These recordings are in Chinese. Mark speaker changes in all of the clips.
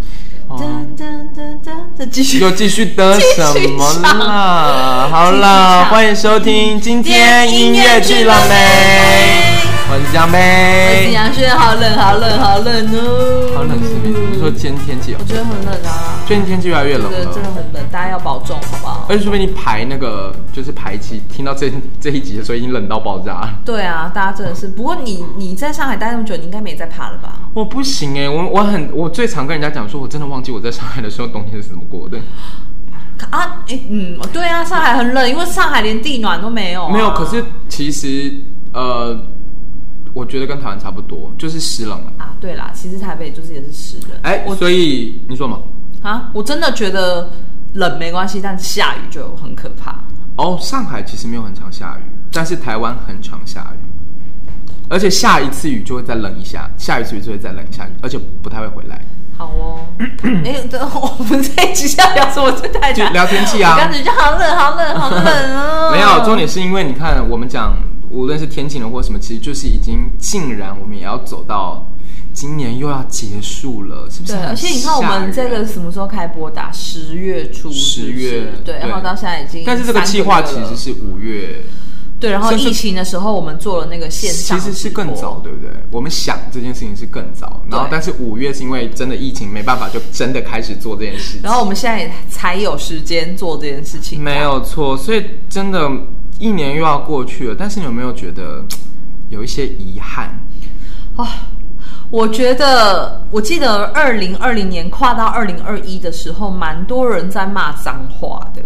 Speaker 1: 继续
Speaker 2: 又继续的
Speaker 1: 继续
Speaker 2: 什么啦？好
Speaker 1: 继续
Speaker 2: 啦，
Speaker 1: 唱
Speaker 2: 欢迎收听今天音乐剧了没？？我是江
Speaker 1: 哎，
Speaker 2: 妹。
Speaker 1: 杨轩好冷，好冷，好冷哦！
Speaker 2: 好冷是没事，你说今天天气哦
Speaker 1: 我，觉得很冷啊，
Speaker 2: 最近天气越来越冷
Speaker 1: 对，真的
Speaker 2: 了。
Speaker 1: 很冷，大家要保重，好不好？
Speaker 2: 而且说不定排那个就是排期，听到这这一集的时候已经冷到爆炸了。
Speaker 1: 对啊，大家真的是。不过你你在上海待那么久，你应该没在怕了吧？
Speaker 2: 我不行哎、我我很我最常跟人家讲说，我真的忘记我在上海的时候冬天是怎么过 的。
Speaker 1: 啊，哎、嗯，对啊，上海很冷，因为上海连地暖都没有、
Speaker 2: 没有，可是其实呃，我觉得跟台湾差不多，就是湿冷了。
Speaker 1: 啊，对啦，其实台北就是也是湿的。
Speaker 2: 哎、所以你说嘛？
Speaker 1: 啊，我真的觉得冷没关系，但下雨就很可怕。
Speaker 2: 哦，上海其实没有很常下雨，但是台湾很常下雨，而且下一次雨就会再冷一下，下一次雨就会再冷一下，而且不太会回来。
Speaker 1: 好哦，哎、等我们这一集是要聊什么？这太
Speaker 2: 就
Speaker 1: 难
Speaker 2: 聊天气啊
Speaker 1: 我刚才就好冷，好冷，好冷哦。
Speaker 2: 没有，重点是因为你看，我们讲无论是天气冷或什么，其实就是已经竟然我们也要走到今年又要结束了，是不是
Speaker 1: 对，而
Speaker 2: 很吓人？
Speaker 1: 且你看我们这个什么时候开播的啊？十月初是不是，
Speaker 2: 十月
Speaker 1: 对，然后到现在已经，
Speaker 2: 但是这个计划其实是五月，
Speaker 1: 对，然后
Speaker 2: 甚至
Speaker 1: 疫情的时候我们做了那个线
Speaker 2: 其
Speaker 1: 上，
Speaker 2: 实是更早，。对不对？我们想这件事情是更早，然后
Speaker 1: 对
Speaker 2: 但是五月是因为真的疫情没办法，就真的开始做这件事情。
Speaker 1: 然后我们现在也才有时间做这件事情，
Speaker 2: 没有错，所以真的，一年又要过去了，但是你有没有觉得嘖有一些遗憾？
Speaker 1: 哇、我觉得，我记得二零二零年跨到二零二一的时候，蛮多人在骂脏话的，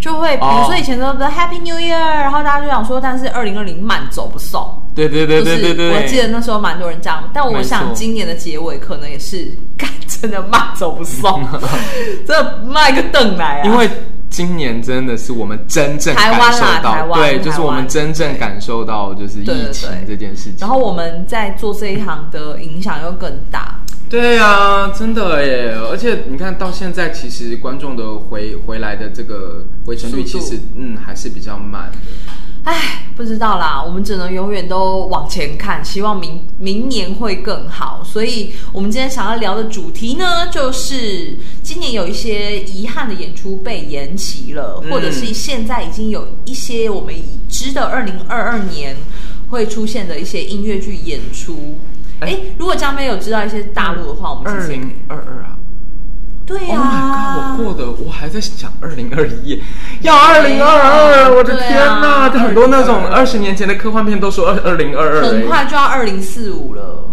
Speaker 1: 就会比如说
Speaker 2: 哦
Speaker 1: 以前都说 Happy New Year，然后大家就想说，但是二零二零慢走不送。
Speaker 2: 对对对
Speaker 1: 就
Speaker 2: 对
Speaker 1: 是
Speaker 2: 对对，
Speaker 1: 我记得那时候蛮多人这样，但我
Speaker 2: 没错
Speaker 1: 想今年的结尾可能也是，干真的慢走不送， 这卖个凳来啊！
Speaker 2: 因为今年真的是我们真正
Speaker 1: 台湾
Speaker 2: 感
Speaker 1: 啦
Speaker 2: 受
Speaker 1: 台
Speaker 2: 到，
Speaker 1: 湾台
Speaker 2: 对，
Speaker 1: 湾
Speaker 2: 就是我们真正感受到就是
Speaker 1: 对对
Speaker 2: 疫情
Speaker 1: 对
Speaker 2: 这件事情。
Speaker 1: 然后我们在做这一行的影响又更大，
Speaker 2: 对啊，真的耶！而且你看到现在，其实观众的回回来的这个回程率，
Speaker 1: 速度
Speaker 2: 其实嗯还是比较慢的。
Speaker 1: 唉，不知道啦，我们只能永远都往前看，希望明明年会更好。所以，我们今天想要聊的主题呢，就是今年有一些遗憾的演出被延期了，
Speaker 2: 嗯
Speaker 1: 或者是现在已经有一些我们已知的二零二二年会出现的一些音乐剧演出。哎、
Speaker 2: 哎
Speaker 1: 如果江妹有知道一些大陆的话，我们
Speaker 2: 二
Speaker 1: 是
Speaker 2: 零二二啊
Speaker 1: 对啊
Speaker 2: ！Oh
Speaker 1: 呀、
Speaker 2: my god！我过的我还在想二零二一，要二零二二，我的
Speaker 1: 对啊
Speaker 2: 天哪！
Speaker 1: 2022
Speaker 2: 很多那种二十年前的科幻片都说二二零二二，
Speaker 1: 很快，就要二零四五了。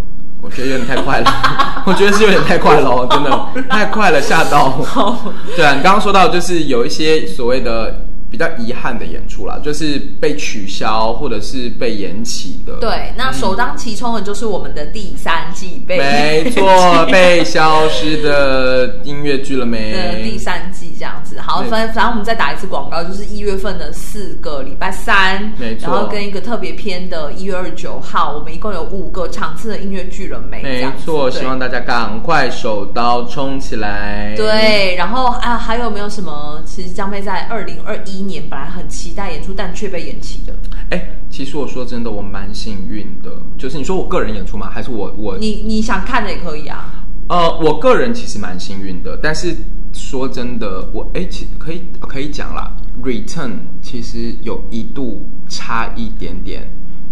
Speaker 2: 我觉得有点太快了， 我觉得是有点太快了哦，真的太快了，吓到我。
Speaker 1: 好，
Speaker 2: 对啊，你刚刚说到就是有一些所谓的比较遗憾的演出啦，就是被取消或者是被延期的。，
Speaker 1: 对，那首当其冲的就是我们的第三季被
Speaker 2: 没 错，被消失的音乐剧了
Speaker 1: 的第
Speaker 2: 没？
Speaker 1: 三季这样子。好，
Speaker 2: 没
Speaker 1: 反反正我们再打一次广告，就是一月份的四个礼拜三，
Speaker 2: 没错
Speaker 1: 然后跟一个特别篇的一月二十九号，我们一共有五个场次的音乐剧了没？这
Speaker 2: 没
Speaker 1: 样子
Speaker 2: 错，
Speaker 1: 对
Speaker 2: 希望大家赶快手刀冲起来。，
Speaker 1: 对，然后啊，还有没有什么？其实江妹在二零二一年本来很期待演出，但却被延期的。
Speaker 2: 哎，其实我说真的，我蛮幸运的，就是你说我个人演出吗？还是我我
Speaker 1: 你你想看的也可以啊。
Speaker 2: 呃，我个人其实蛮幸运的，但是说真的，我哎，其可以可以讲啦，return 其实有一度差一点点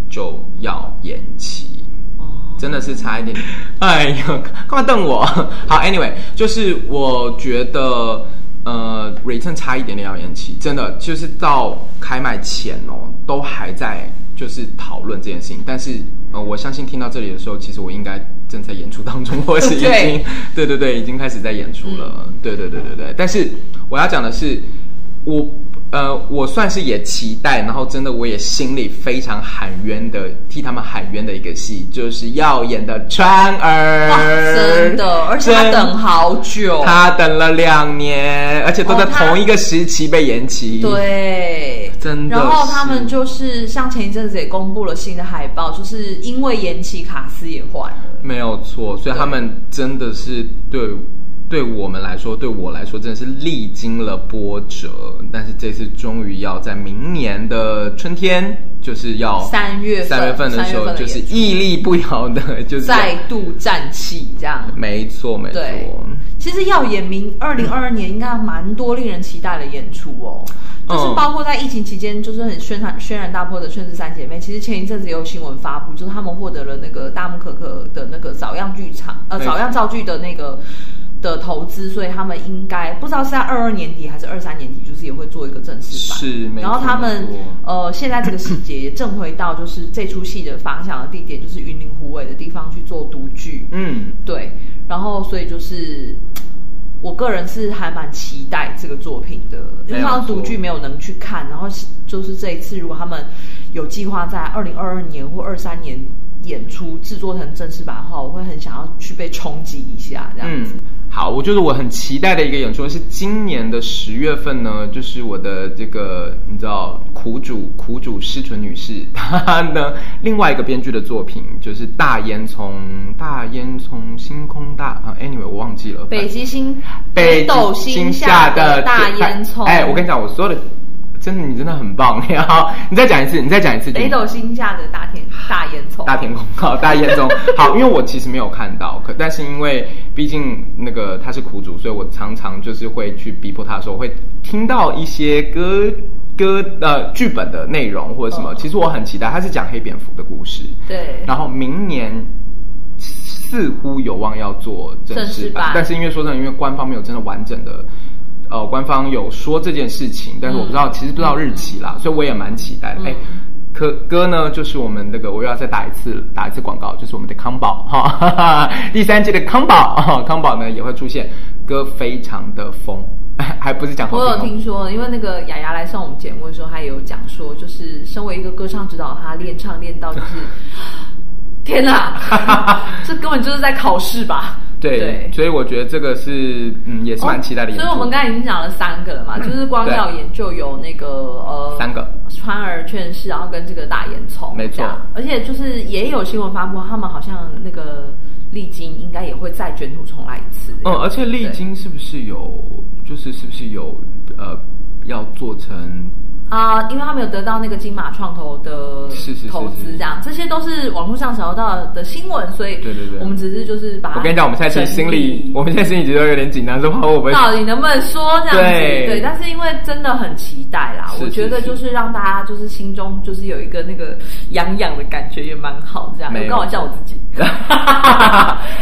Speaker 2: 就要延期，
Speaker 1: 哦，
Speaker 2: 真的是差一点点。哎呀，干嘛瞪我？ 好，anyway，就是我觉得呃，return 差一点点要延期，真的就是到开卖前哦，都还在就是讨论这件事情。但是呃，我相信听到这里的时候，其实我应该正在演出当中，或是已经
Speaker 1: 对
Speaker 2: 对对对，已经开始在演出了。
Speaker 1: 嗯
Speaker 2: 对对对对对，但是我要讲的是，我呃，我算是也期待，然后真的我也心里非常喊冤的，替他们喊冤的一个戏，就是耀眼的川儿，
Speaker 1: 哇，真的，而且他
Speaker 2: 真
Speaker 1: 等好久，
Speaker 2: 他等了两年，而且都在
Speaker 1: 哦他
Speaker 2: 同一个时期被延期。
Speaker 1: 对，
Speaker 2: 真的
Speaker 1: 然后他
Speaker 2: 是
Speaker 1: 们就是像前一阵子也公布了新的海报，就是因为延期，卡斯也换了。
Speaker 2: 没有错，所以他们真的是对。对我们来说，对我来说，真的是历经了波折，但是这次终于要在明年的春天，就是要
Speaker 1: 三月份
Speaker 2: 三月份的时
Speaker 1: 三月
Speaker 2: 候，
Speaker 1: 份的
Speaker 2: 就是
Speaker 1: 演出
Speaker 2: 屹立不摇的，就是要
Speaker 1: 再度站起这样。
Speaker 2: 没错没错，
Speaker 1: 对其实耀眼明二零二二年应该蛮多令人期待的演出哦，
Speaker 2: 嗯
Speaker 1: 就是包括在疫情期间，就是很宣传轩然大波的《圈子三姐妹》，其实前一阵子也有新闻发布，就是他们获得了那个大木可可的那个早样剧场呃
Speaker 2: 没错
Speaker 1: 早样造剧的那个。的投资，所以他们应该不知道是在二二年底还是二三年底，就是也会做一个正式版。
Speaker 2: 是没错。
Speaker 1: 然后他们
Speaker 2: 没错
Speaker 1: 呃，现在这个时节也正回到就是这出戏的发想的地点，就是云林湖尾的地方去做独剧。
Speaker 2: 嗯，
Speaker 1: 对，然后所以就是我个人是还蛮期待这个作品的，因为
Speaker 2: 没有
Speaker 1: 像独剧
Speaker 2: 错
Speaker 1: 没有能去看，然后就是这一次如果他们有计划在二零二二年或二三年演出制作成正式版的话，我会很想要去被冲击一下这样子。
Speaker 2: 嗯，好，我就是我很期待的一个演出是今年的十月份呢，就是我的这个嗯你知道苦主苦主施纯女士她呢另外一个编剧的作品就是大烟囱大烟囱星空大啊，anyway 我忘记了，
Speaker 1: 北极星，
Speaker 2: 北
Speaker 1: 斗星
Speaker 2: 下
Speaker 1: 的大烟囱。
Speaker 2: 哎，我跟你讲，我说的真的你真的很棒， 好，你再讲一次，你再讲一次，
Speaker 1: 北斗星下的大天大烟囱。
Speaker 2: 大天空，好，大烟 囱，好，因为我其实没有看到，可但是因为毕竟那个他是苦主，所以我常常就是会去逼迫他的时候，我会听到一些歌歌呃剧本的内容或者什么，
Speaker 1: 嗯
Speaker 2: 其实我很期待，他是讲黑蝙蝠的故事，
Speaker 1: 对，
Speaker 2: 然后明年。似乎有望要做正
Speaker 1: 正式
Speaker 2: 式
Speaker 1: 版
Speaker 2: 版，但是因为说真的，因为官方没有真的完整的，呃，官方有说这件事情，但是我不知道，
Speaker 1: 嗯
Speaker 2: 其实不知道日期啦，所以我也蛮期待的。哎、
Speaker 1: 嗯
Speaker 2: 可歌呢，就是我们这个，我又要再打一次打一次广告，就是我们的康宝哈哈哈， 第三季的康宝，哈康宝呢也会出现，歌非常的疯， 还不是讲好
Speaker 1: 我有
Speaker 2: 听哦
Speaker 1: 听说，因为那个雅雅来上我们节目的时候，她也有讲说，就是身为一个歌唱指导，她练唱练到就是， 天哪，这根本就是在考试吧？
Speaker 2: 对，
Speaker 1: 对哦
Speaker 2: 所以我觉得这个是嗯也是蛮期待的演出、
Speaker 1: 所以我们刚才已经讲了三个了嘛，就是光
Speaker 2: 对
Speaker 1: 耀眼就有那个呃
Speaker 2: 三个
Speaker 1: 川儿劝世，然后跟这个大烟囱，
Speaker 2: 没错
Speaker 1: 这样而且就是也有新闻发布，他们好像那个历经应该也会再卷土重来一次。
Speaker 2: 嗯，而且
Speaker 1: 对
Speaker 2: 丽晶是不是有就是是不是有呃要做成
Speaker 1: 啊、因为他们有得到那个金马创投的
Speaker 2: 是是是
Speaker 1: 投资，
Speaker 2: 是
Speaker 1: 这样这些都是网络上找到的新闻，所以
Speaker 2: 对对对
Speaker 1: 我们只是就是把它
Speaker 2: 我跟你讲，我们现在其实心
Speaker 1: 整
Speaker 2: 里
Speaker 1: 理，
Speaker 2: 我们现在心里觉得有点紧张，说哇会不会
Speaker 1: 到底能不能说这样子？
Speaker 2: 对
Speaker 1: 对，但是因为真的很期待啦，
Speaker 2: 是
Speaker 1: 我觉得
Speaker 2: 是是
Speaker 1: 就是让大家就是心中就是有一个那个痒痒的感觉也蛮好，这样。
Speaker 2: 没
Speaker 1: 我
Speaker 2: 有
Speaker 1: 刚好像我自 己，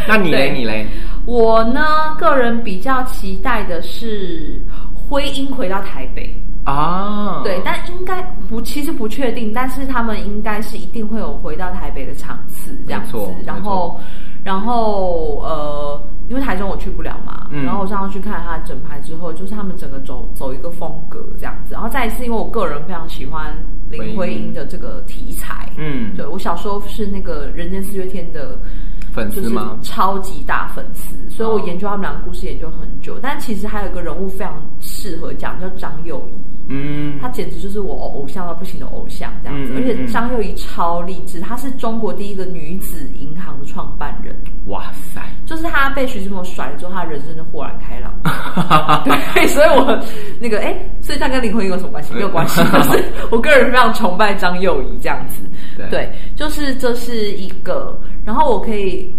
Speaker 2: 那你嘞
Speaker 1: 对
Speaker 2: 你嘞？
Speaker 1: 我呢个人比较期待的是灰鹰回到台北。
Speaker 2: 啊，
Speaker 1: 对，但应该不，其实不确定，但是他们应该是一定会有回到台北的场次这样子
Speaker 2: 没错。
Speaker 1: 然后，然后呃，因为台中我去不了嘛，
Speaker 2: 嗯
Speaker 1: 然后我上次去看他的整排之后，就是他们整个走走一个风格这样子。然后再一次，因为我个人非常喜欢林徽因的这个题材，
Speaker 2: 嗯，
Speaker 1: 对我小时候是那个《人间四月天》的。
Speaker 2: 粉
Speaker 1: 就
Speaker 2: 丝
Speaker 1: 是
Speaker 2: 吗？哦
Speaker 1: 超级大粉丝，所以我研究他们两个故事研究很久。但其实还有一个人物非常适合讲，叫张幼仪。
Speaker 2: 嗯，
Speaker 1: 他简直就是我偶像到不行的偶像这样子，
Speaker 2: 嗯嗯
Speaker 1: 而且张幼仪超励志，她是中国第一个女子银行的创办人，
Speaker 2: 哇塞，
Speaker 1: 就是她被徐志摩甩了之后，她人生就豁然开朗。 对，所以我那个哎、所以她跟林徽因有什么关系？没有关 系，但是我个人非常崇拜张幼仪这样子。
Speaker 2: 对
Speaker 1: 对，就是这是一个，然后我可以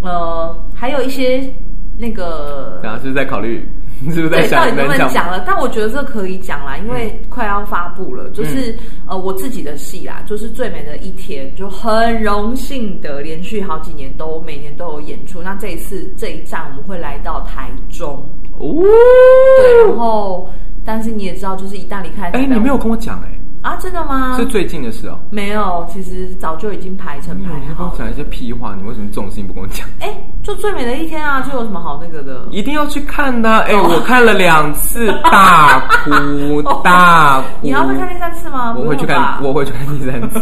Speaker 1: 呃，还有一些那个
Speaker 2: 然后是不是在考虑，是不是在
Speaker 1: 对，到
Speaker 2: 想
Speaker 1: 底能不能
Speaker 2: 讲？
Speaker 1: 讲了？但我觉得这可以讲啦，因为
Speaker 2: 嗯
Speaker 1: 快要发布了，就是、呃我自己的戏啦，就是《最美的一天》，就很荣幸的连续好几年都每年都有演出。那这一次这一站我们会来到台中，
Speaker 2: 哦，
Speaker 1: 对，然后但是你也知道，就是一旦离开台
Speaker 2: 嗯哎，
Speaker 1: 北，
Speaker 2: 你没有跟我讲哎，
Speaker 1: 啊？真的吗？
Speaker 2: 是最近的事哦。
Speaker 1: 没有，其实早就已经排成
Speaker 2: 没有，
Speaker 1: 排
Speaker 2: 你在跟
Speaker 1: 好
Speaker 2: 我
Speaker 1: 了
Speaker 2: 讲一。些屁话，你为什么这种事情不跟我讲？
Speaker 1: 哎，就《最美的一天》啊，就有什么好那个的？
Speaker 2: 一定要去看的、哎、我看了两次，大 哭大哭。
Speaker 1: 你要去看第三次吗？
Speaker 2: 我会去
Speaker 1: 不用啊吧
Speaker 2: 看，我会去看第三次。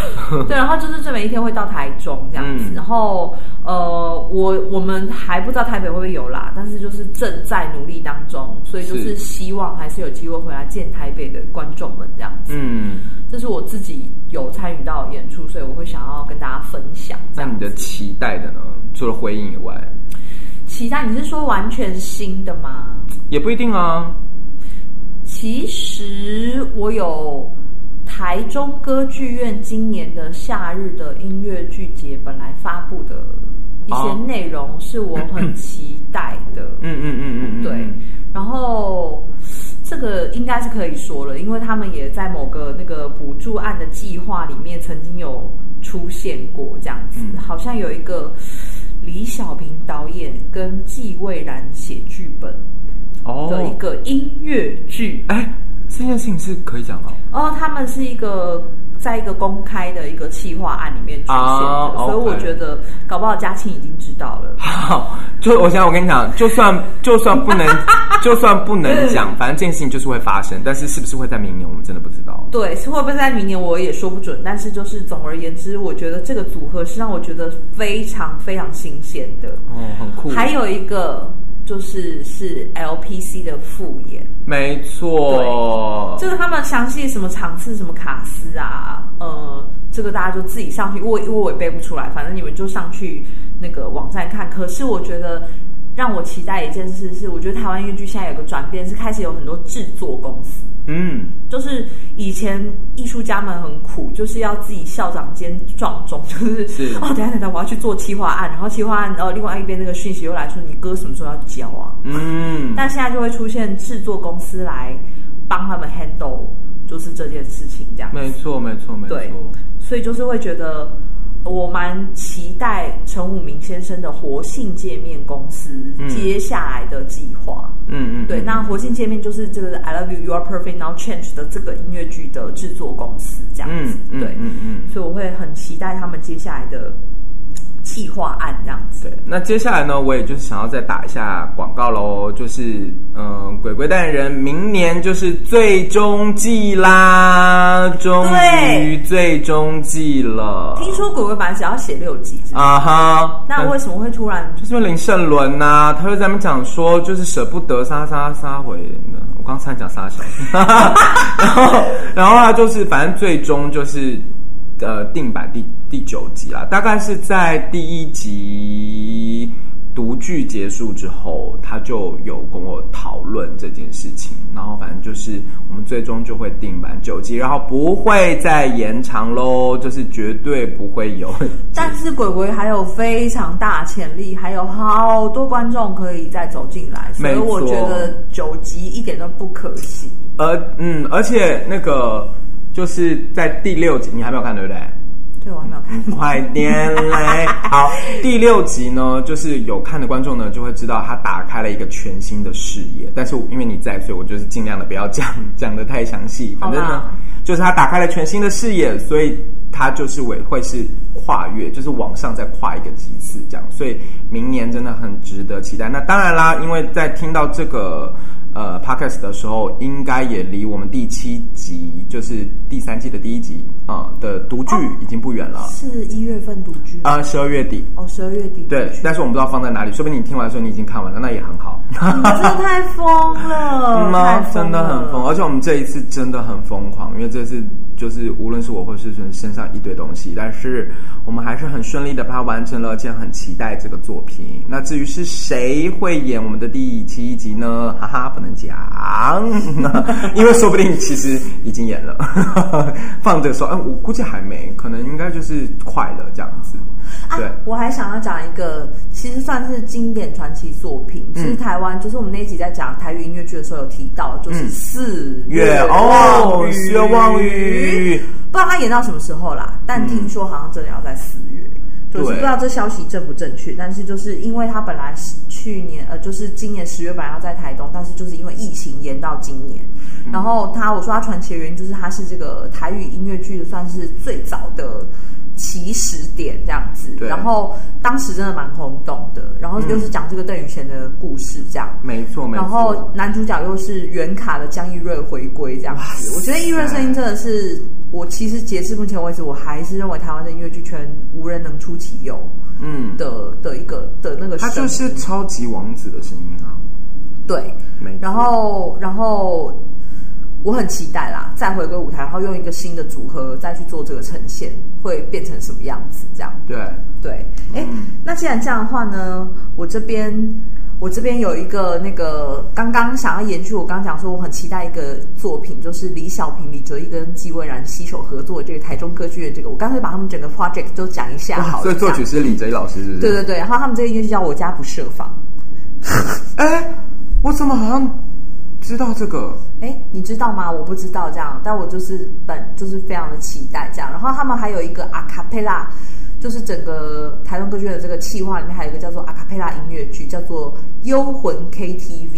Speaker 1: 对，然后就是这每一天会到台中这样子，
Speaker 2: 嗯
Speaker 1: 然后呃，我我们还不知道台北会不会有啦，但是就是正在努力当中，所以就是
Speaker 2: 是
Speaker 1: 希望还是有机会回来见台北的观众们这样子。
Speaker 2: 嗯，
Speaker 1: 这是我自己有参与到演出，所以我会想要跟大家分享这
Speaker 2: 那
Speaker 1: 样
Speaker 2: 你
Speaker 1: 子。
Speaker 2: 的期待的呢？除了回应以外，
Speaker 1: 其他你是说完全新的吗？
Speaker 2: 也不一定啊。
Speaker 1: 其实我有台中歌剧院今年的夏日的音乐剧节本来发布的一些
Speaker 2: 哦
Speaker 1: 内容是我很期待的，
Speaker 2: 嗯嗯嗯嗯嗯，
Speaker 1: 对
Speaker 2: 嗯，
Speaker 1: 然后这个应该是可以说了，因为他们也在某个那个补助案的计划里面曾经有出现过这样子，
Speaker 2: 嗯
Speaker 1: 好像有一个李小平导演跟纪蔚然写剧本的一
Speaker 2: 哦，
Speaker 1: 个音乐剧，
Speaker 2: 哎，这件事情是可以讲的哦
Speaker 1: 哦，他们是一个。在一个公开的一个企划案里面出现的
Speaker 2: 啊
Speaker 1: 所以我
Speaker 2: OK
Speaker 1: 觉得搞不好嘉庆已经知道 了。
Speaker 2: 好，就我想我跟你讲，就算就算不 能，就算不能
Speaker 1: 嗯
Speaker 2: 讲，反正这件事情就是会发生，但是是不是会在明年，我们真的不知道。
Speaker 1: 对，是会不会在明年我也说不准，但是就是总而言之，我觉得这个组合是让我觉得非常非常新鲜的。
Speaker 2: 哦，很酷。
Speaker 1: 还有一个就是是 LPC 的复演，
Speaker 2: 没错，
Speaker 1: 就是他们详细什么场次、什么卡司啊，呃，这个大家就自己上去，我我也背不出来，反正你们就上去那个网站看。可是我觉得让我期待一件事是，我觉得台湾音乐剧现在有个转变，是开始有很多制作公司。
Speaker 2: 嗯，
Speaker 1: 就是以前艺术家们很苦，就是要自己校长兼撞钟，就是
Speaker 2: 是
Speaker 1: 哦，等一下等一下，我要去做企划案，然后企划案，然后另外一边那个讯息又来说你歌什么时候要交啊？
Speaker 2: 嗯，
Speaker 1: 但现在就会出现制作公司来帮他们 handle，就是这件事情这样，
Speaker 2: 没错，没错，没错。
Speaker 1: 对所以就是会觉得。呃我蛮期待陈武明先生的活性界面公司
Speaker 2: 嗯
Speaker 1: 接下来的计划。
Speaker 2: 嗯嗯，
Speaker 1: 对，
Speaker 2: 嗯
Speaker 1: 那活性界面就是这个 I Love You You Are Perfect Now Change 的这个音乐剧的制作公司这样子
Speaker 2: 嗯，嗯
Speaker 1: 对，
Speaker 2: 嗯嗯。
Speaker 1: 所以我会很期待他们接下来的企划案这样子。
Speaker 2: 对，那接下来呢，我也就是想要再打一下广告喽，就是嗯、呃鬼鬼蛋人明年就是最终季啦，终于最终季了。
Speaker 1: 听说鬼鬼版只要写六集是不是
Speaker 2: 啊哈，
Speaker 1: 那为什么会突然
Speaker 2: 就是因为林盛伦呐、他就在那边讲说，就是舍不得杀杀杀回呢。我刚才讲杀小， 然后然后他就是反正最终就是呃定版第第九集啦，大概是在第一集独剧结束之后，他就有跟我讨论这件事情，然后反正就是我们最终就会定版九集，然后不会再延长喽，就是绝对不会有。
Speaker 1: 但是鬼鬼还有非常大潜力，还有好多观众可以再走进来，所以
Speaker 2: 没错
Speaker 1: 我觉得九集一点都不可惜。
Speaker 2: 而嗯，而且那个就是在第六集，你还没有看对不对？
Speaker 1: 对，我还没有看。
Speaker 2: 快点来！好，第六集呢，就是有看的观众呢就会知道，他打开了一个全新的视野。但是我因为你在，所以我就是尽量的不要讲讲的太详细。反正
Speaker 1: 好
Speaker 2: 呢
Speaker 1: 啦，
Speaker 2: 就是他打开了全新的视野，所以他就是会会是跨越，就是往上再跨一个级次这样。所以明年真的很值得期待。那当然啦，因为在听到这个。呃，podcast 的时候，应该也离我们第七集，就是第三季的第一集啊、的独剧已经不远了。
Speaker 1: 是一月份独居
Speaker 2: 啊，十二月底。
Speaker 1: 哦，十二月底
Speaker 2: 对
Speaker 1: 独居，
Speaker 2: 但是我们不知道放在哪里，说不定你听完的时候你已经看完了，那也很好。
Speaker 1: 你真的太疯 了，哦太
Speaker 2: 吗？
Speaker 1: 疯
Speaker 2: 真的很疯，
Speaker 1: 了
Speaker 2: 而且我们这一次真的很疯狂，因为这次就是无论是我或是顺身上一堆东西，但是我们还是很顺利的把它完成了，而且很期待这个作品。那至于是谁会演我们的第七集呢？哈哈，不能讲， 因为说不定其实已经演了。 放着说，哎、我估计还没，可能应该就是快了这样子。
Speaker 1: 啊
Speaker 2: 对，！
Speaker 1: 我还想要讲一个，其实算是经典传奇作品，
Speaker 2: 嗯
Speaker 1: 其实台湾就是我们那一集在讲台语音乐剧的时候有提到，就是
Speaker 2: 嗯
Speaker 1: 四
Speaker 2: 月哦，
Speaker 1: 鱼
Speaker 2: 月望雨。
Speaker 1: 不知道他演到什么时候啦，但听说好像真的要在四月，就是
Speaker 2: 嗯对
Speaker 1: 不知道这消息正不正确。但是就是因为他本来是去年呃，就是今年十月本来要在台东，但是就是因为疫情延到今年。
Speaker 2: 嗯
Speaker 1: 然后他我说他传奇的原因就是他是这个台语音乐剧的算是最早的。起始点这样子，
Speaker 2: 对嗯
Speaker 1: 然后当时真的蛮轰动的，然后又是讲这个邓宇贤的故事这样，
Speaker 2: 没错，没错。
Speaker 1: 然后男主角又是原卡的江一瑞回归这样子，我觉得一瑞声音真的是，我其实截至目前为止，我还是认为台湾的音乐剧圈无人能出其右
Speaker 2: 嗯，
Speaker 1: 的的一个的那个
Speaker 2: 他
Speaker 1: 声音，
Speaker 2: 就是超级王子的声音啊。
Speaker 1: 对，
Speaker 2: 没错
Speaker 1: 然后然后我很期待啦，再回归舞台，然后用一个新的组合再去做这个呈现，会变成什么样子？这样
Speaker 2: 对，
Speaker 1: 对，哎、
Speaker 2: 嗯
Speaker 1: 那既然这样的话呢，我这边我这边有一个那个刚刚想要延续我刚讲说我很期待一个作品，就是李小平、李哲一跟纪蔚然携手合作的这个台中歌剧院这个，我干脆把他们整个 project 都讲一下好了。
Speaker 2: 哇，所以作
Speaker 1: 这
Speaker 2: 曲
Speaker 1: 样
Speaker 2: 是李贼老师是不是？
Speaker 1: 对对对，然后他们这个乐剧叫我家不设防。
Speaker 2: 哎，我怎么好像知道这个？
Speaker 1: 哎，你知道吗？我不知道这样，但我就是本就是非常的期待这样。然后他们还有一个阿卡贝拉，就是整个台湾歌剧院的这个企划里面还有一个叫做阿卡贝拉音乐剧，叫做《幽魂 KTV》。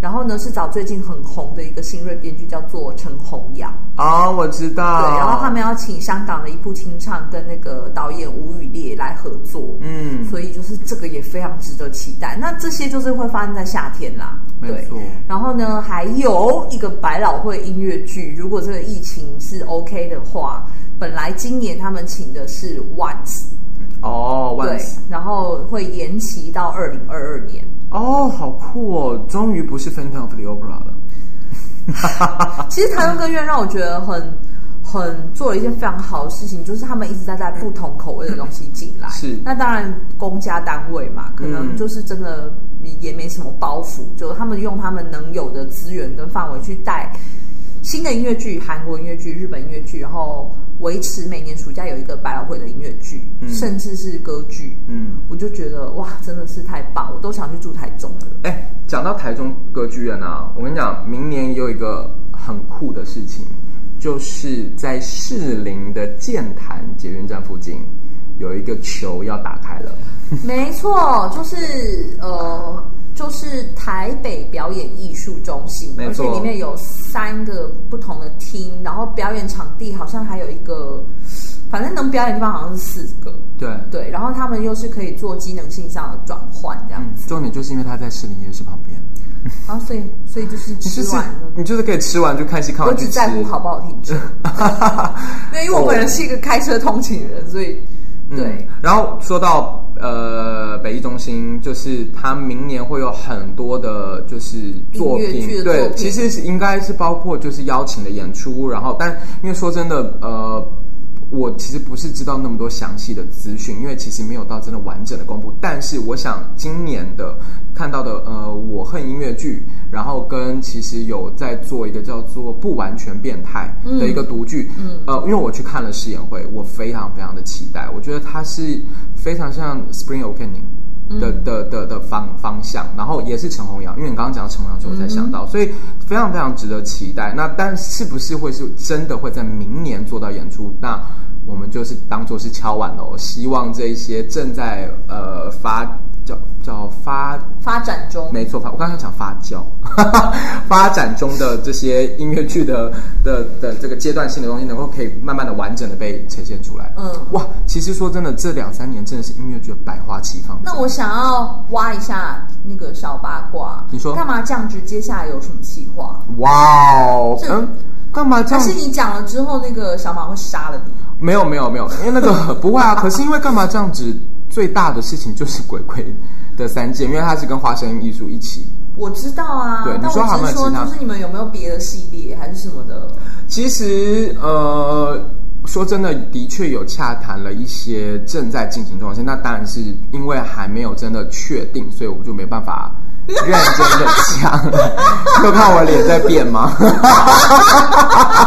Speaker 1: 然后呢，是找最近很红的一个新锐编剧叫做陈弘扬，
Speaker 2: 哦，我知道。
Speaker 1: 对，然后他们要请香港的一部清唱跟那个导演吴宇烈来合作，
Speaker 2: 嗯，
Speaker 1: 所以就是这个也非常值得期待。那这些就是会发生在夏天啦，
Speaker 2: 没
Speaker 1: 对。
Speaker 2: 错。
Speaker 1: 然后呢，还有一个百老汇音乐剧，如果这个疫情是 OK 的话，本来今年他们请的是 Once，
Speaker 2: 哦，万
Speaker 1: 对
Speaker 2: 斯，
Speaker 1: 然后会延期到二零二二年。
Speaker 2: 哦，好酷哦！终于不是 Phantom of the Opera 了。
Speaker 1: 其实台湾歌院让我觉得很很做了一件非常好的事情，就是他们一直在带不同口味的东西进来。
Speaker 2: 是
Speaker 1: 那当然公家单位嘛，可能
Speaker 2: 嗯
Speaker 1: 就是真的也没什么包袱，就他们用他们能有的资源跟范围去带新的音乐剧、韩国音乐剧、日本音乐剧，然后维持每年暑假有一个百老汇的音乐剧，
Speaker 2: 嗯
Speaker 1: 甚至是歌剧。
Speaker 2: 嗯，
Speaker 1: 我就觉得哇，真的是太棒，我都想去住台中了。
Speaker 2: 哎，讲到台中歌剧院啊，我跟你讲，明年也有一个很酷的事情，就是在士林的剑潭捷运站附近有一个球要打开了。
Speaker 1: 没错，就是呃，就是台北表演艺术中心，
Speaker 2: 没
Speaker 1: 而且
Speaker 2: 错
Speaker 1: 里面有三个不同的厅，然后表演场地好像还有一个，反正能表演的地方好像是四个，
Speaker 2: 对，
Speaker 1: 对，然后他们又是可以做机能性上的转换，这样，
Speaker 2: 嗯，重点就是因为它在士林夜市旁边，
Speaker 1: 然后所以所以就是
Speaker 2: 你就
Speaker 1: 吃
Speaker 2: 是
Speaker 1: 完了。
Speaker 2: 你就是可以吃完就看戏，看
Speaker 1: 我
Speaker 2: 完就
Speaker 1: 只
Speaker 2: 吃。
Speaker 1: 在乎好不好停车， 对，因为我本人是一个开车通勤人，所以对
Speaker 2: 哦嗯，然后说到呃北艺中心，就是它明年会有很多的，就是
Speaker 1: 音
Speaker 2: 作
Speaker 1: 乐
Speaker 2: 品，
Speaker 1: 剧的作
Speaker 2: 对，
Speaker 1: 品
Speaker 2: 其实是应该是包括就是邀请的演出，然后但因为说真的，呃。我其实不是知道那么多详细的资讯，因为其实没有到真的完整的公布。但是我想今年的看到的，呃，我恨音乐剧，然后跟其实有在做一个叫做不完全变态的一个独剧，嗯，呃，因为我去看了试演会，我非常非常的期待，我觉得它是非常像 Spring Awakening 的、的的的方方向，然后也是陈弘扬，因为你刚刚讲到陈弘扬，所以我才想到，所以非常非常值得期待。那但是不是会是真的会在明年做到演出？那我们就是当做是敲碗喽，希望这一些正在呃发叫叫发
Speaker 1: 发展中
Speaker 2: 没错，发我刚刚讲发酵， 发展中的这些音乐剧的的的这个阶段性的东西，能够可以慢慢的完整的被呈现出来。
Speaker 1: 嗯
Speaker 2: 哇，其实说真的，这两三年真的是音乐剧的百花齐放。
Speaker 1: 那我想要挖一下那个小八卦，
Speaker 2: 你说
Speaker 1: 干嘛降职？接下来有什么计划？
Speaker 2: 哇哦，
Speaker 1: 这
Speaker 2: 嗯，干嘛这
Speaker 1: 还
Speaker 2: 样
Speaker 1: 是？你讲了之后，那个小马会杀了你？
Speaker 2: 没有没有没有，因为那个 不会啊。可是因为干嘛这样子？最大的事情就是鬼鬼的三件，因为它是跟花生艺术一起
Speaker 1: 我知道啊，
Speaker 2: 对
Speaker 1: 但
Speaker 2: 你说
Speaker 1: 我只
Speaker 2: 好
Speaker 1: 是
Speaker 2: 没有
Speaker 1: 说，
Speaker 2: 其他
Speaker 1: 就是你们有没有别的系列还是什么的？
Speaker 2: 其实呃，说真的，的确有洽谈了一些正在进行中的事，那当然是因为还没有真的确定，所以我就没办法。认真的讲， 就看我脸在变吗？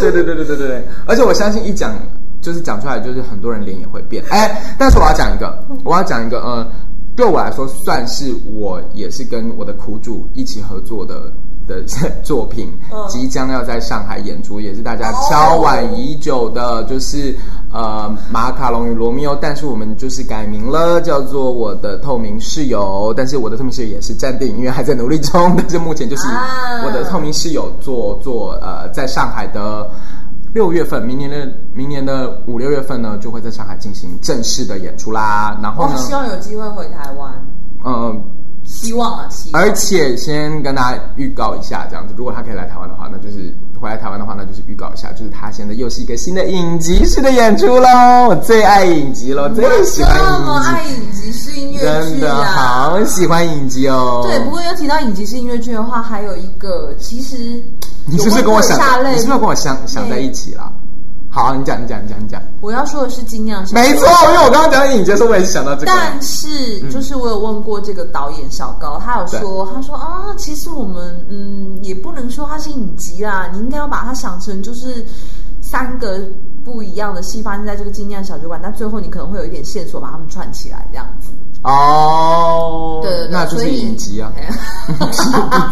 Speaker 2: 对对对对对对对，而且我相信一讲就是讲出来，就是很多人脸也会变。哎，但是我要讲一个，我要讲一个，呃，对我来说算是我也是跟我的苦主一起合作的的作品，
Speaker 1: 嗯
Speaker 2: 即将要在上海演出，也是大家敲碗已久的，就是呃马卡龙与罗密欧，但是我们就是改名了，叫做我的透明室友，但是我的透明室友也是暂定，因为还在努力中，但是目前就是
Speaker 1: 啊
Speaker 2: 我的透明室友做做呃在上海的。六月份，明年的明年的五六月份呢，就会在上海进行正式的演出啦。然后
Speaker 1: 我
Speaker 2: 呢，
Speaker 1: 哦希望有机会回台湾，
Speaker 2: 嗯，
Speaker 1: 希望啊，希望。
Speaker 2: 哎而且先跟大家预告一下，这样子，如果他可以来台湾的话，那就是回来台湾的话，那就是预告一下，就是他现在又是一个新的影集式的演出喽。我最爱影集了，我最喜欢
Speaker 1: 这么
Speaker 2: 影
Speaker 1: 爱影集是音
Speaker 2: 集，
Speaker 1: 乐
Speaker 2: 真
Speaker 1: 剧
Speaker 2: 的
Speaker 1: 啊！
Speaker 2: 好喜欢影集哦。
Speaker 1: 对，不过要提到影集是音乐剧的话，还有一个其实
Speaker 2: 你是不是跟我想
Speaker 1: 有问过下
Speaker 2: 的？
Speaker 1: 类
Speaker 2: 你是不是跟我想想在一起啦？好，你讲，你讲，你讲，你讲。
Speaker 1: 我要说的是尽量是
Speaker 2: 没错，因为我刚刚讲到影集的时候，我也是想到这个。
Speaker 1: 但是，就是我有问过这个导演小高，
Speaker 2: 嗯
Speaker 1: 他有说，他说啊，其实我们嗯，也不能说它是影集啦，你应该要把它想成就是三个不一样的戏发生在这个精酿小酒馆，但最后你可能会有一点线索把它们串起来这样子。
Speaker 2: 哦，
Speaker 1: 对对对，
Speaker 2: 那就
Speaker 1: 所
Speaker 2: 是
Speaker 1: 以，
Speaker 2: 影集啊，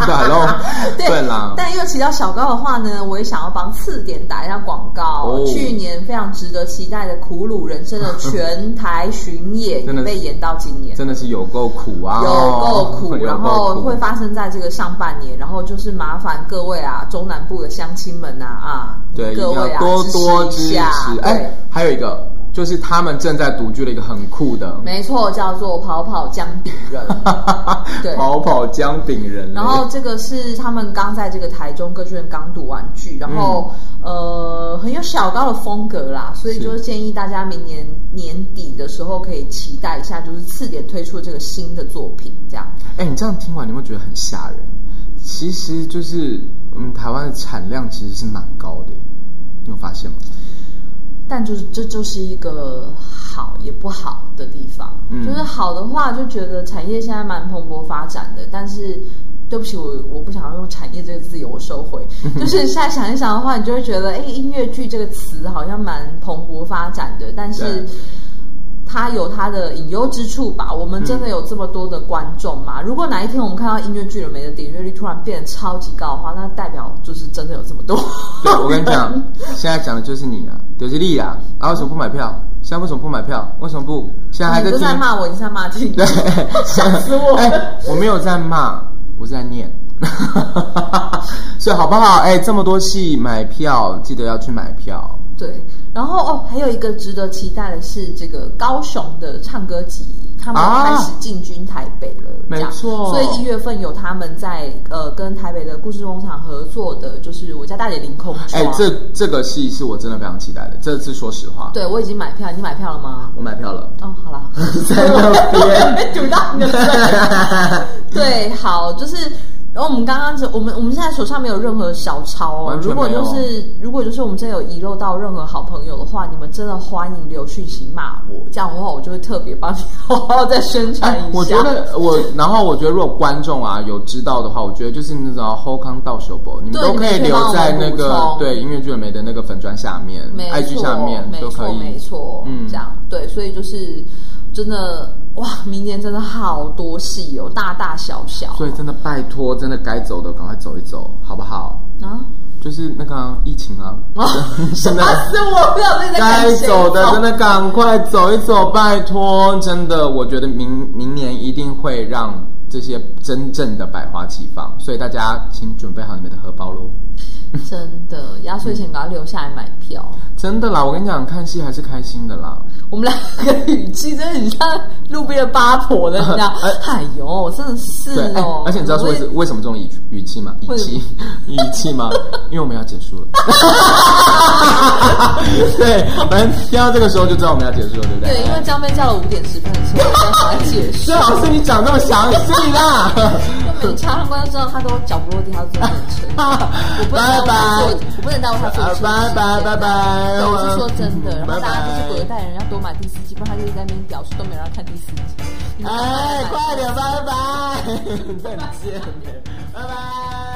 Speaker 2: 打喽 对啦，
Speaker 1: 但又提到小高的话呢，我也想要帮次点打一下广告。
Speaker 2: 哦
Speaker 1: 去年非常值得期待的《苦鲁人生》的全台巡演，
Speaker 2: 真的
Speaker 1: 也
Speaker 2: 是
Speaker 1: 被延到今年。
Speaker 2: 真的是有够苦啊，
Speaker 1: 有够苦，
Speaker 2: 有
Speaker 1: 然
Speaker 2: 够
Speaker 1: 后
Speaker 2: 苦
Speaker 1: 会发生在这个上半年，然后就是麻烦各位啊，中南部的乡亲们啊啊，
Speaker 2: 对，一定
Speaker 1: 各位
Speaker 2: 要
Speaker 1: 啊，
Speaker 2: 多多
Speaker 1: 支
Speaker 2: 支
Speaker 1: 一下，
Speaker 2: 持。哎
Speaker 1: 对，，
Speaker 2: 还有一个就是他们正在独居了一个很酷的，
Speaker 1: 没错，叫做跑跑姜饼 人，对。
Speaker 2: 跑跑姜饼人，
Speaker 1: 然后这个是他们刚在这个台中歌剧院刚读完剧，然后、呃很有小高的风格啦，所以
Speaker 2: 嗯是
Speaker 1: 就是建议大家明年年底的时候可以期待一下，就是次点推出这个新的作品这样。
Speaker 2: 哎，你这样听完，你有没有觉得很吓人？其实就是，嗯，台湾的产量其实是蛮高的，你有 发现吗？
Speaker 1: 但就是这就是一个好也不好的地方，
Speaker 2: 嗯
Speaker 1: 就是好的话就觉得产业现在蛮蓬勃发展的，但是对不起，我我不想要用产业这个字眼，我收 回。就是现在想一想的话，你就会觉得，哎，音乐剧这个词好像蛮蓬勃发展的，但是
Speaker 2: 对。
Speaker 1: 它有它的隐忧之处吧。我们真的有这么多的观众
Speaker 2: 嗯
Speaker 1: 吗？如果哪一天我们看到音乐剧里面的点阅率突然变得超级高的话，那代表就是真的有这么多。
Speaker 2: 对，我跟你讲，现在讲的就是你啊，德吉利啊，啊，为什么不买票？现在为什么不买票？为什么不？现在还在
Speaker 1: 哦嗯你不
Speaker 2: 听
Speaker 1: 是？在骂我，你是在骂自 己，想死我！
Speaker 2: 哎，我没有在骂，我是在念。 所以好不好？哎，这么多戏，买票记得要去买票。
Speaker 1: 对，然后哦，还有一个值得期待的是，这个高雄的唱歌集，他们
Speaker 2: 啊
Speaker 1: 开始进军台北了，
Speaker 2: 没
Speaker 1: 这样
Speaker 2: 错
Speaker 1: 所以一月份有他们在呃跟台北的故事工厂合作的，就是我家大姐凌空窗。
Speaker 2: 哎，这这个戏是我真的非常期待的。这次说实话，
Speaker 1: 对我已经买票，你买票了吗？
Speaker 2: 我买 票了。哎
Speaker 1: 哦，好啦，
Speaker 2: 在那 边
Speaker 1: 堵到你的嘴。对，好，就是。然后我们刚刚就我们我们现在手上没有任何小抄哦
Speaker 2: 完。全
Speaker 1: 如果
Speaker 2: 没有
Speaker 1: 就是如果就是我们真的有遗漏到任何好朋友的话，你们真的欢迎留讯息骂我，这样的话我就会特别帮你好好再宣传一
Speaker 2: 哎
Speaker 1: 下。，
Speaker 2: 我觉得我，然后我觉得如果观众啊有知道的话，我觉得就是那种后康到手博，你们
Speaker 1: 对
Speaker 2: 都
Speaker 1: 你们
Speaker 2: 以
Speaker 1: 可以
Speaker 2: 留
Speaker 1: 帮我
Speaker 2: 在
Speaker 1: 们
Speaker 2: 那
Speaker 1: 补
Speaker 2: 个
Speaker 1: 充
Speaker 2: 对音乐剧美的那个粉砖下面
Speaker 1: 没错，
Speaker 2: ，IG 下面
Speaker 1: 没
Speaker 2: 都可
Speaker 1: 错，
Speaker 2: 以。
Speaker 1: 没错，
Speaker 2: 嗯
Speaker 1: 这样对，所以就是真的哇，明年真的好多戏哦，大大小小
Speaker 2: 所以真的拜托，真的该走的赶快走一走，好不好？
Speaker 1: 啊。
Speaker 2: 就是那个啊、疫情啊，
Speaker 1: 吓
Speaker 2: 真的
Speaker 1: 死啊我！不要再
Speaker 2: 该走
Speaker 1: 哦
Speaker 2: 的真的赶快走一走，拜托！真的，我觉得明明年一定会让这些真正的百花齐放，所以大家请准备好你们的荷包喽。
Speaker 1: 真的压岁钱给他留下来买票。
Speaker 2: 真的啦，我跟你讲，看戏还是开心的啦。
Speaker 1: 我们两个语气真的很像路边的八婆的，你 知道？哎呦，真的是
Speaker 2: 对，哎
Speaker 1: 哦！
Speaker 2: 而且你知道是为什为什么这种语语气吗？语
Speaker 1: 为什
Speaker 2: 气语气 吗？因为我们要结束了。 对，反正听到这个时候就知道我们要结束了，对不对？
Speaker 1: 对，因为江妹叫了五点十分的车，我才好解释
Speaker 2: 最。好是你讲那么详细啦。
Speaker 1: 每查上官都知道，他都脚不落地，他都坐电车。 我不能
Speaker 2: 拜
Speaker 1: 带
Speaker 2: 拜
Speaker 1: 我，我不能带他坐
Speaker 2: 啊
Speaker 1: 车。
Speaker 2: 拜拜拜拜
Speaker 1: 对，我是说真的。然后
Speaker 2: 拜拜
Speaker 1: 大家都是鬼代人，要多买第四季，不然他就一直在那边表示都没有人要看第四季。你们赶
Speaker 2: 哎，
Speaker 1: 买
Speaker 2: 快点，拜拜！再见，拜拜。